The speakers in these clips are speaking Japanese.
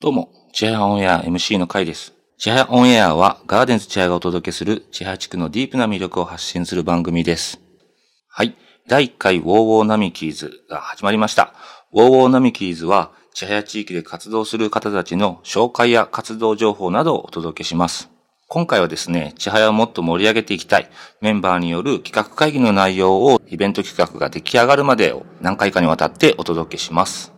どうも、チハヤオンエア MC の会です。チハヤオンエアはガーデンズチハヤがお届けするチハヤ地区のディープな魅力を発信する番組です。はい。第1回ウォーウォーナミキーズが始まりました。ウォーウォーナミキーズは、チハヤ地域で活動する方たちの紹介や活動情報などをお届けします。今回はですね、ちはやをもっと盛り上げていきたいメンバーによる企画会議の内容をイベント企画が出来上がるまでを何回かにわたってお届けします。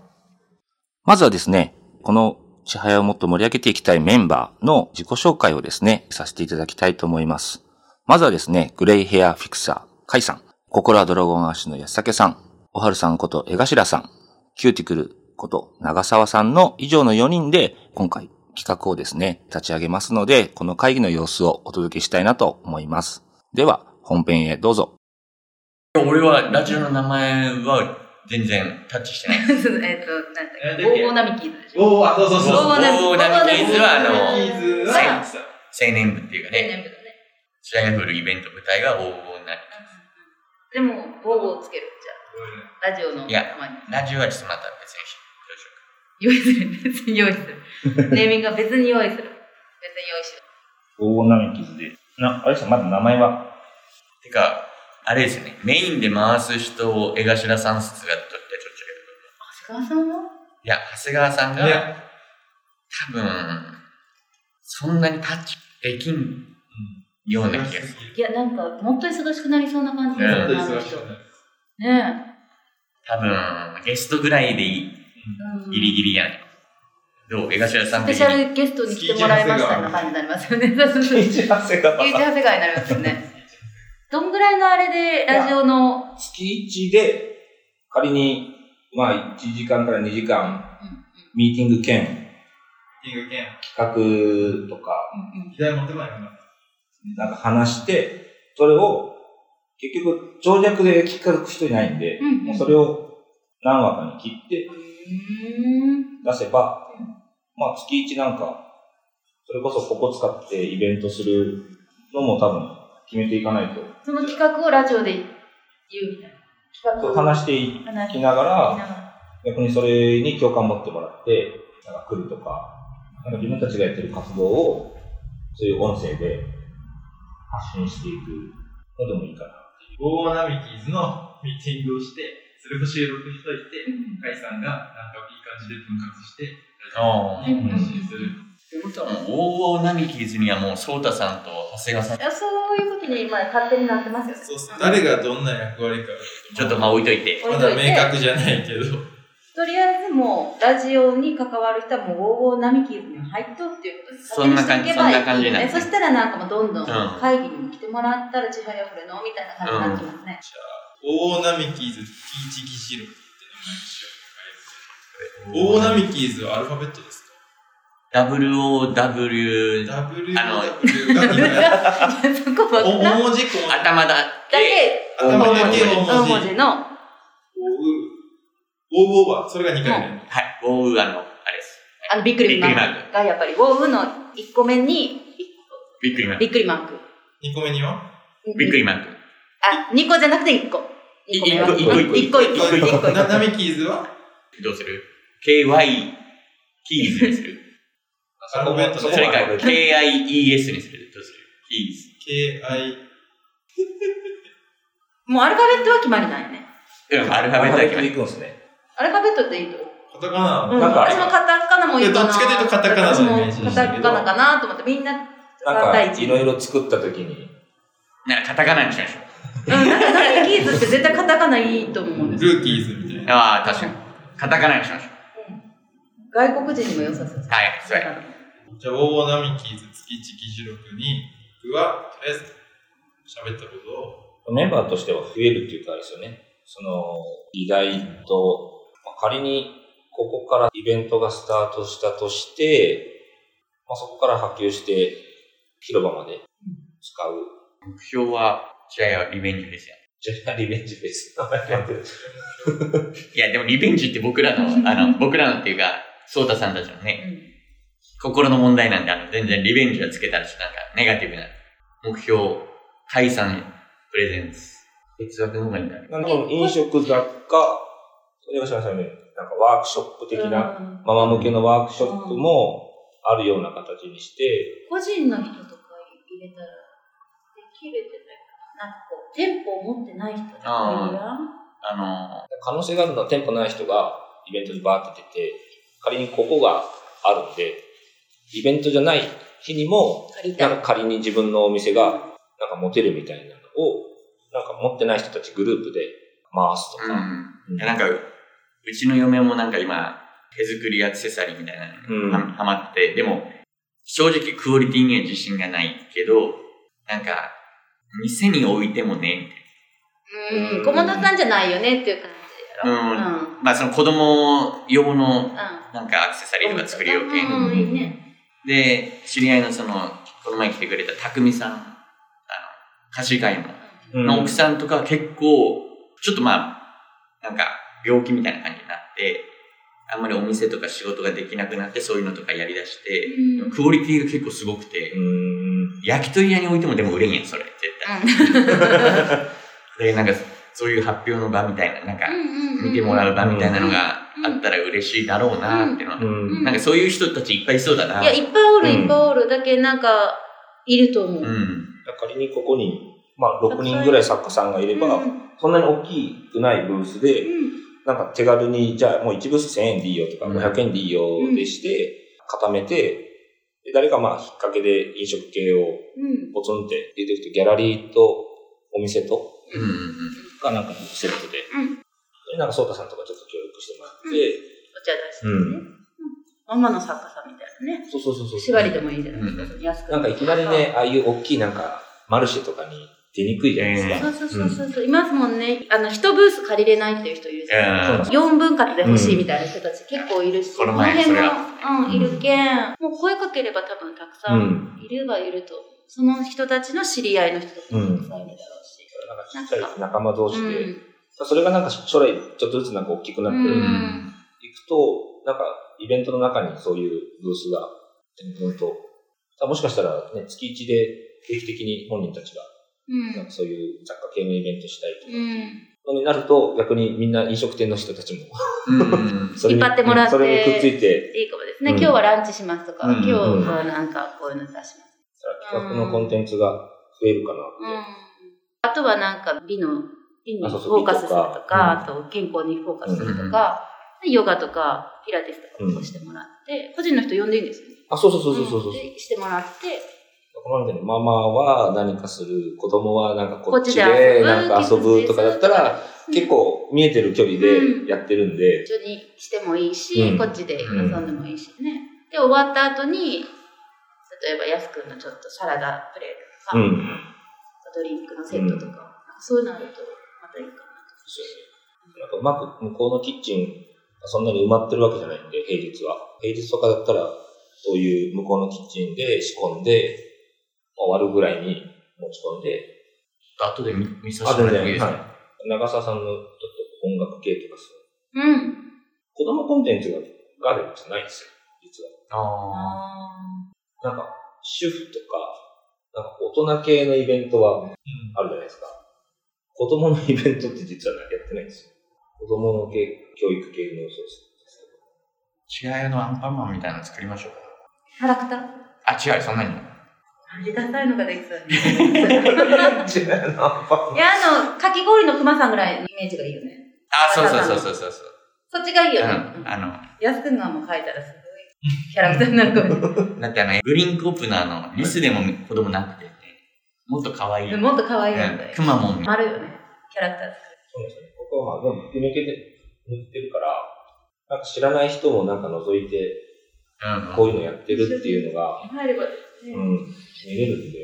まずはですね、このちはやをもっと盛り上げていきたいメンバーの自己紹介をですね、させていただきたいと思います。まずはですね、グレイヘアフィクサー、カイさん、心はドラゴン足の安武さん、おはるさんこと江頭さん、キューティクルこと長澤さんの以上の4人で今回企画をですね、立ち上げますので、この会議の様子をお届けしたいなと思います。では、本編へどうぞ。俺はラジオの名前は全然タッチしてない。えっと、なんだっけ、ボーボーナミキーズでしょ。おお、あ、そうそうそう。ボーナミボーナミキーズはあのキーズせは、青年部っていうか青ね、年部だね。チラヤフルイベント舞台が黄金なでも、ボーボーつける。じゃあ、ラジオのい名前やラジオはちょっとまた別に用意する。別に用意する。ネーミングは別に用意する。別に用意し大波傷で。な、あれさん、まだ名前はてか、あれですね、メインで回す人を江頭さん説がとってちょっとろ。長谷川さんはいや、長谷川さんいが多分、そんなにタッチできんような気がする。いや、なんか、もっと忙しくなりそうな感じですうんちょよねっとあの忙し人いねえ。多分、ゲストぐらいでいいうんギリギリやない。どう江頭さん的スペにシャルゲストに来てもらいましたような感じになりますよね。そうそうそう。ユーチュー世界になりますよね。どんぐらいのあれで、ラジオの、月1で、仮に、まあ、1時間から2時間、うんうんミーティング兼キングケン。企画とか、うんうん左持ってこないかな。なんか話して、それを、結局、長尺で企画してないんで、うんうんもうそれを何話かに切って、うーん。出せばうん、まあ月1なんか、それこそここ使ってイベントするのも多分決めていかないと。その企画をラジオで言うみたいな。企画そうを話してい話しきなながら、がら。逆にそれに共感持ってもらって、なんか来るとか、なんか自分たちがやってる活動を、そういう音声で発信していくのでもいいかな。ボーナミキーズのミーティングをして、それを収録しといて、カイさんがなんかいい感じで分割して、あーラジオに発信すっる。てことはもう、ウォーウォーナミキーズにはもう、ソータさんと長谷川さん、いやそういう時に今勝手になってますよね。そうそう。誰がどんな役割か、ちょっとまあ置いといて。置まいとだいて明確じゃないけど、とりあえずもうラジオに関わる人はもうウォーウォーナミキーズに入っとうっていうことです。そんな感じ勝手にしていけばいいそんな感じになるえそしたらなんかもうどんどんうん会議にも来てもらったらちはやふるのみたいな感じになってますね。ボーナミキーズピーチギシロって名前にしよう。ボーナミキーズはアルファベットですか WOW、 ?W あのが今やっいやそ こばおっかだ大文字この頭だけ、け頭だけ大大文文字。字のおう、おうおうは、それが2回目。はい、ウォーあの、あれです。あのびっくびりっマくりマーーク。クがやっぱりウォーウォーの1個目にびっくりマーク。びっくりマーク。 2個目にはびっくりマーク。あ、2個じゃなくて1個。い1個一個個1一個個1個1個1個なナミキーズはどうする ?KY キーズにする。アルファベットそそこでれかはら KIES にする。どうするキーズ。 KI。もうアルファベットは決まりないね。うん、アルファベットだけは行くんですね。アルファベットっていいとカタカナ思う。うん、なんか私もカタカナもいいかな。いやどっちかというとカタカナのイメージ私もカタカナかなと思って、みんな、なん第か、一いろいろ作った時に、なんかカタカナにしましょう。うん、なんかなんかキーズって絶対カタカナいいと思うんルです。ーキーズみたいな。ああ、確かに。カタカナにしましょう。外国人にも良さそう。はい、それ。じゃあ、応募ナミキーズ月一議事録に、僕は、とりあえず、喋ったことを、メンバーとしては増えるっていうかあれですよね。その、議題と、まあ仮にここからイベントがスタートしたとして、まあ、そこから波及して広場まで使う。目標は、試合はリベンジですよ。じゃあリベンジフェス。いや、でもリベンジって僕らの、あの、僕らのっていうか、ソータさんたちのね、うん心の問題なんで、あの、全然リベンジはつけたらちょっとなんか、ネガティブな目標、解散、プレゼンツ。哲学の方がいいんだね。なんか飲食雑貨、それがしましたね。なんかワークショップ的な、うんママ向けのワークショップもあるような形にして、個人の人とか入れたらできるんじゃないかななんかこう店舗を持ってない人とかいるやんあの可能性があるのは店舗ない人がイベントにバーって出て、仮にここがあるんで、イベントじゃない日にも、借りたなんいか仮に自分のお店が、なんか持てるみたいなのを、なんか持ってない人たちグループで回すとー、うか。ん。いやなんか、うちの嫁もなんか今、手作りアクセサリーみたいなのには,、うんまって、でも、正直クオリティには自信がないけど、なんか、店に置いてもね、みうん小物さんじゃないよねっていう感たいじやな。うん。ろうんまあその子供用のうなんかアクセサリーとか作りようけん。うんいいねで、知り合いのその、この前来てくれた匠さん、あの、歌手会も、うんの奥さんとかは結構、ちょっとまあ、なんか、病気みたいな感じになって、あんまりお店とか仕事ができなくなって、そういうのとかやりだして、うんうんクオリティが結構すごくて、うん焼き鳥屋に置いてもでも売れんやん、それ、絶対。で、なんか、そういう発表の場みたいな、なんか、見てもらう場みたいなのがあったら嬉しいだろうな、っていうのは、うんなんかそういう人たちいっぱいいそうだな。いやいっぱいおるうんいっぱいおるだけなんかいると思う、うん。仮にここに、まあ、6人ぐらい作家さんがいれば、そんなに大きくないブースで、なんか手軽に、じゃあもう1ブース1000円でいいよとか、うん500円でいいよでして、固めて、で誰かまあ、引っ掛けで飲食系をポツンって入れてきて、ギャラリーとお店とうんうんうん。がなんかセットで、うんそれなんかソータさんとかちょっと協力してもらっおて、茶出してね、うママの作家さんみたいなねそうそうそうそう。縛りでもいいんじゃないですか、その安くなんかいきなりね、ああいう大きいなんか、マルシェとかに出にくいじゃないですか。そうそうそうそうそう、いますもんねあの一ブース借りれないっていう人いるじゃんそうなんうです4分割で欲しいみたいな人たち結構いるし、この前辺もそれうん、いるけん、もう声かければ多分たくさんいればいると思う、その人たちの知り合いの人たちもたくさんいるだろうし、なんかちっちゃい仲間同士うで、んそれがなんか将来ちょっとずつなんか大きくなってうんん。いくと、なんかイベントの中にそういうブースが、うんと、もしかしたらね、月1で定期的に本人たちが、うんなんかそういう雑貨系のイベントしたいとか、うんそうになると逆にみんな飲食店の人た ちも、うん。それに引っ張ってもらってそれにくっついて、いいかもですね、うん今日はランチしますとか、うん今日はなんかこういうの出します企画のコンテンツが増えるかなって。うんあとはなんか美の美にあフそうそうォーカスするとか美とかあと健康にフォーカスするとか、でヨガとかピラティスとかもしてもらって、個人の人呼んでいいんですよねあ、そうそうそうそうそうそう。でしてもらってこの間のママは何かする、子供はなんかここっっちちででなんか遊ぶとかだったら、うん結構見えてる距離うでんやってるんで、一緒にしてもいいし、うんこっちで遊んでもいいしね、で終わった後に例えばやすくんのちょっとサラダプレートとか、うん。ドリンクのセットとか,、なんかそういうのあるとまたいいかななんかうまく向こうのキッチンがそんなに埋まってるわけじゃないんで、平日は。平日とかだったら、そういう向こうのキッチンで仕込んで、終わるぐらいに持ち込んで、あとで見見さあせてともらってもいいね、ですか、はい。長澤さんのちょっと音楽系とかそううん子供コンテンツがガーデンじゃないんですよ、実は。あなんか、主婦とか、なんか大人系のイベントはあるじゃないですか。子供のイベントって実はやってないんですよ。子供の系、教育系の、そうですー。違いのアンパンマンみたいなの作りましょうか。キャラクターあ、違う、そんなに。味ダサいのができそう ね違う な。 いやあのかき氷のくまさんぐらいのイメージがいいよねあ、そうそうそうそうそうそう。そっちがいいよね、うん。あの、やすくんがもう書いたらすごいキャラクターになるかもしだってあの、ブリンクオプナーのリスでも子供なくてね、もっと可愛い。れないもっと可愛いのうんがいいくまモン。丸よねキャラクターそうなんですよね。ここはまあ、でも、吹き抜けて、塗ってるから、なんか知らない人もなんか覗いて、うん。こういうのやってるっていうのが、作入ればですね、うん、見れるんで、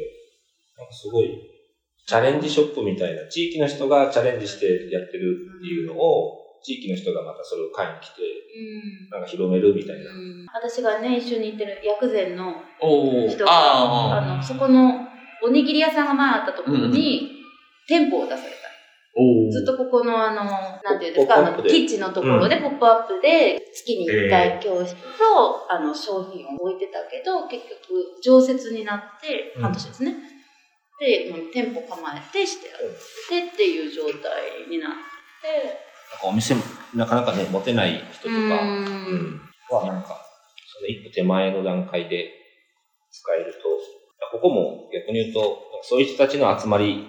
なんかすごい、チャレンジショップみたいな、地域の人がチャレンジしてやってるっていうのを、地域の人がまたそれを買いに来て、なんか広めるみたいな。うん私がね一緒に行ってる薬膳のおー人あーああのそこのおにぎり屋さんが前あったところに、店舗を出されたー、おーずっとここの、あの、なんていうんですか、ポあップアップの、でキッチンのところで、ポップアップで、月に1回教室と、あの、商品を置いてたけど、結局、常設になって、うん半年ですね。で、もう店舗構えてしてやってっていう状態になって、なんかお店なかなかね、モテない人とか、うんはなんか、その一歩手前の段階で使えると、ここも逆に言うと、なんかそういう人たちの集まり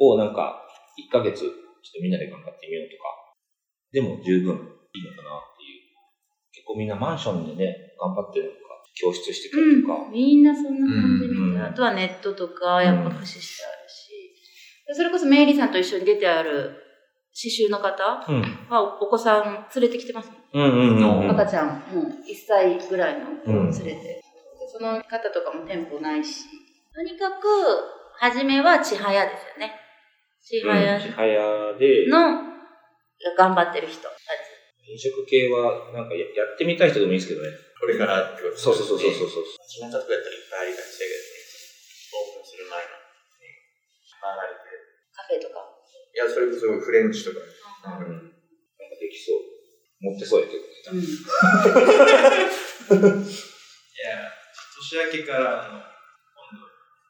をなんか、1ヶ月、ちょっとみんなで頑張ってみようとか、でも十分いいのかなっていう。結構みんなマンションでね、頑張ってなんか、教室してたりとか、うん、みんなそんな感じみたいな、うんうんあとはネットとかやっぱ駆使してあるし、でそれこそメイリーさんと一緒に出てある刺繍の方はうん、お子さん連れてきてます、うんうんうんうん。赤ちゃん、うん、1歳ぐらいの子を連れて、うんでその方とかも店舗ないしとにかく初めはちはやですよねちはやちはやで、の頑張ってる人たち飲食系はなんかややってみたい人でもいいんですけどね。これからってことですそうそうそうそうそう。そう決めたとかやったらいっぱいありがちだけどね。オープンする前の。まあ、慣れてる。カフェとかいや、それこそフレンチとか。うん。なんかできそう。持ってそうやけうど。んいや、年明けからあの、今度、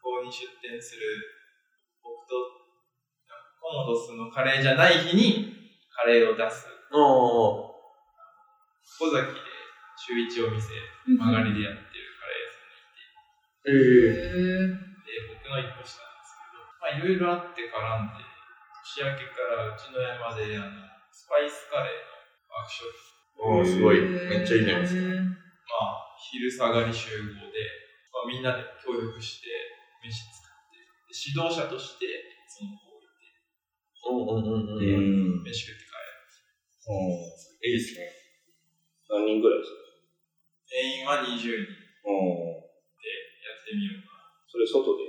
ここに出店する、僕と、コモドスのカレーじゃない日に、カレーを出す。おー。小崎で、週一お店、うん曲がりでやってるカレー屋さんにいて、ええうんで、僕の一個下なんですけど、まあ、いろいろあって絡んで、年明けからうちの山で、あの、スパイスカレーのワークショおップ、ー、すごい。めっちゃいいじゃないですか。まあ、昼下がり集合で、まあ、みんなで協力して、飯作って、で指導者として、その子を置いて、うんうんうんう。ん。飯食って帰る。いいですね。何人ぐらいですか店員は20人でやうん。ってみようかな。それ外で。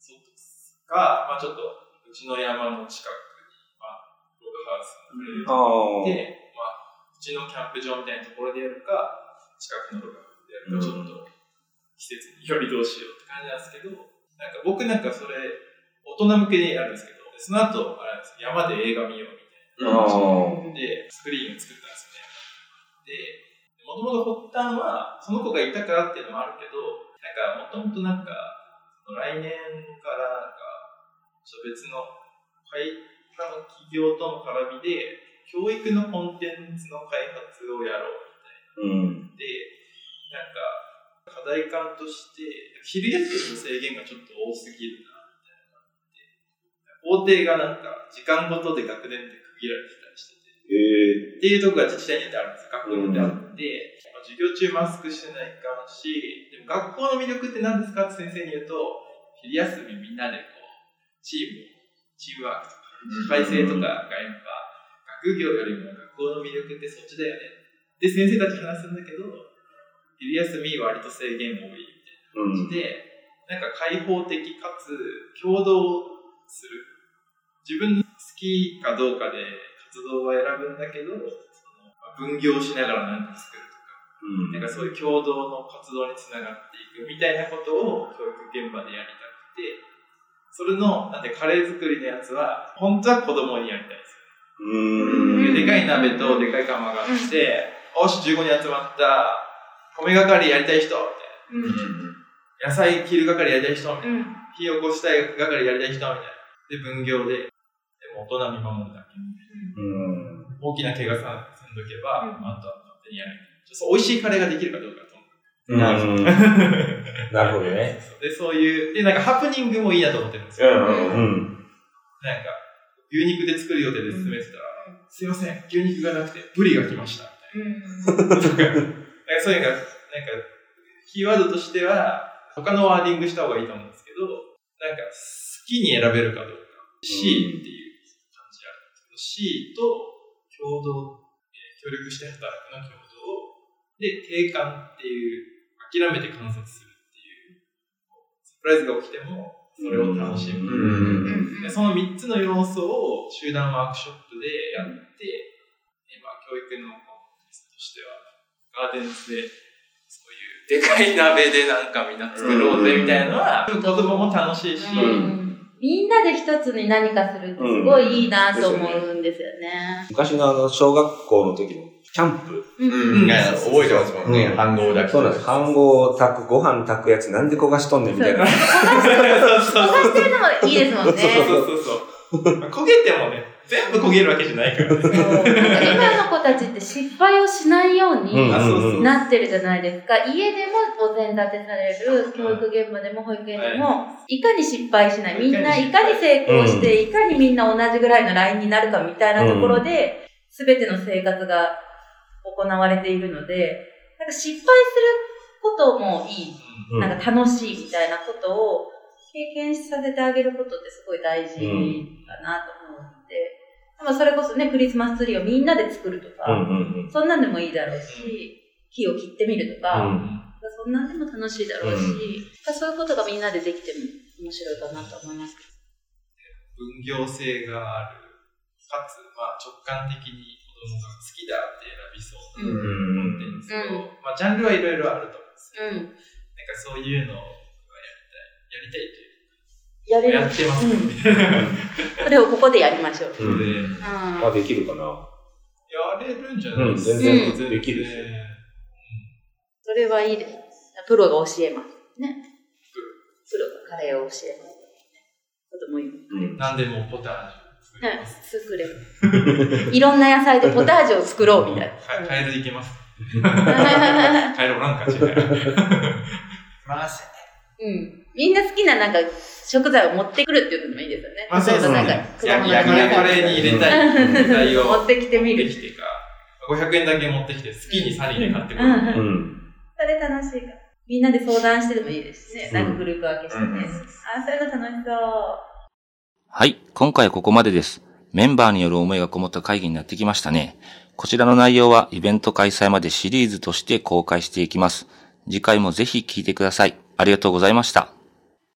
そうですが、まあちょっと、うちの山の近くに、まあ、ログハウスので、ああで、で、まあ、うちのキャンプ場みたいなところでやるか、近くのログハウスでやるか、ちょっと、季節によりどうしようって感じなんですけど、なんか僕なんかそれ、大人向けでやるんですけど、でその後、あれなんですよ山で映画見ようみたいな。うあん。あ。で、スクリーンを作ったんですね。で、もともと発端は、その子がいたからっていうのもあるけど、なんか、もともとなんか、来年からなんか、ちょっと別の、会社の企業との絡みで、教育のコンテンツの開発をやろううん。みたいな。で、なんか、課題感として、昼休みの制限がちょっと多すぎるな、みたいなのがあって。工程がなんか、時間ごとで学年で区切られてたりしてて。ええっていうとこが自治体によってあるんですよ学校によってあって、授業中マスクしてないかもしでも学校の魅力って何ですかって先生に言うと昼休みみんなでこうチームチームワークとか社会性とかがやっぱ学業よりも学校の魅力ってそっちだよねで先生たち話すんだけど昼休み割と制限多いみたいなう感じん。で、なんか開放的かつ共同する。自分の好きかどうかで活動は選ぶんだけど、そのまあ分業しながら何か作るとか、う。なんんかそういう共同の活動につながっていくみたいなことを教育現場でやりたくて、それの、なんでカレー作りのやつは、本当は子供にやりたいんですよ。うん。でかい鍋とでかい釜があって、おし、15人集まった、米係やりたい人みたいうんな。野菜切る係やりたい人みたいな。うん火起こしたい係やりたい人みたいな。で、分業で、でも大人見守るだけ。うん。大きな怪我させんとけうんば、あとは勝手にやる。ちょっと美味しいカレーができるかどうかと思うん。なるほど。 なるほどね。う。で、そういう、で、なんかハプニングもいいなと思ってるんですよ。なんか、んうん。牛肉で作る予定で進めてたら、すいません、牛肉がなくて、ブリが来ました。うんとか、なんかそういうのが、なんか、キーワードとしては、他のワーディングした方がいいと思うんですけど、なんか、好きに選べるかどうか、C っていう感じあるんですけど、C と共同、えー協力して働くの共同、で、定感っていう、諦めて観察するっていう、サプライズが起きても、それを楽しむ。うん。うんでその3つの要素を集団ワークショップでやって、今、教育のコンテンツとしては、ガーデンズで、そういう、でかい鍋でなんかみんな作ろうぜみたいなのは、子供も楽しいし、うんみんなで一つに何かするってすごいいいなと思うんですよね。昔のあの、小学校の時のキャンプ。うんうん。ね覚えてますもんね。うん暗号だけ。そうなんです。飯合を炊く、ご飯炊くやつ、なんで焦がしとんねんみたい焦な。がしてるのもいいですもんね。 そうそうそうそう。焦げてもね、全部焦げるわけじゃないからね。そう今の子たちって失敗をしないようにあそうそうなってるじゃないですか。家でもお膳立てされる、教育現場でも保育園でも、いかに失敗しない、みんないいかかにに成功して、いかにみんな同じぐらいのラインになるかみたいなところで、すべての生活が行われているので、なんか失敗することもいい、うんなんか楽しいみたいなことを経験させてあげることってすごい大事かなと思うので、でもそれこそね、クリスマスツリーをみんなで作るとか、うんうんそんなんでもいいだろうし、木を切ってみるとか、うんそんなんでも楽しいだろうし、うんそういうことがみんなでできても面白いかなと思います。分業性がある。かつ、まあ、直感的に子供が好きだって選びそううなコンテん。ンツを、まあ、ジャンルはいろいろあると思うんですけど、うん。なんかそういうのを僕はやりたい。やりたいというやれる。やってますうん。それをここでやりましょう。うんでまあ、できるかな。やれるんじゃないですうか、ん全然できるし全然それはいいです。プロが教えます。ね。プロがカレーを教えます。子供にもうん。何でもポタージュ作りねま、す。作れ る。いろんな野菜でポタージュを作ろうみたいかカエルいけます。 な。カエルおらんかしら。回せ。うん。みんな好きななんか食材を持ってくるっていうのもいいですよね。まあそう例でえすばねなんか、果や物やのカレ中にーカレーに入れたい具材を持ってきてみ持ってる。きてか、500円だけ持ってきて、好きにサリーで買ってくる。うんうんうん。それ楽しいから。みんなで相談してでもいいですしね。うんなんかグループ分けしてね。あ、そういうの楽しそはい、今回はここまでです。メンバーによる思いがこもった会議になってきましたね。こちらの内容はイベント開催までシリーズとして公開していきます。次回もぜひ聞いてください。ありがとうございました。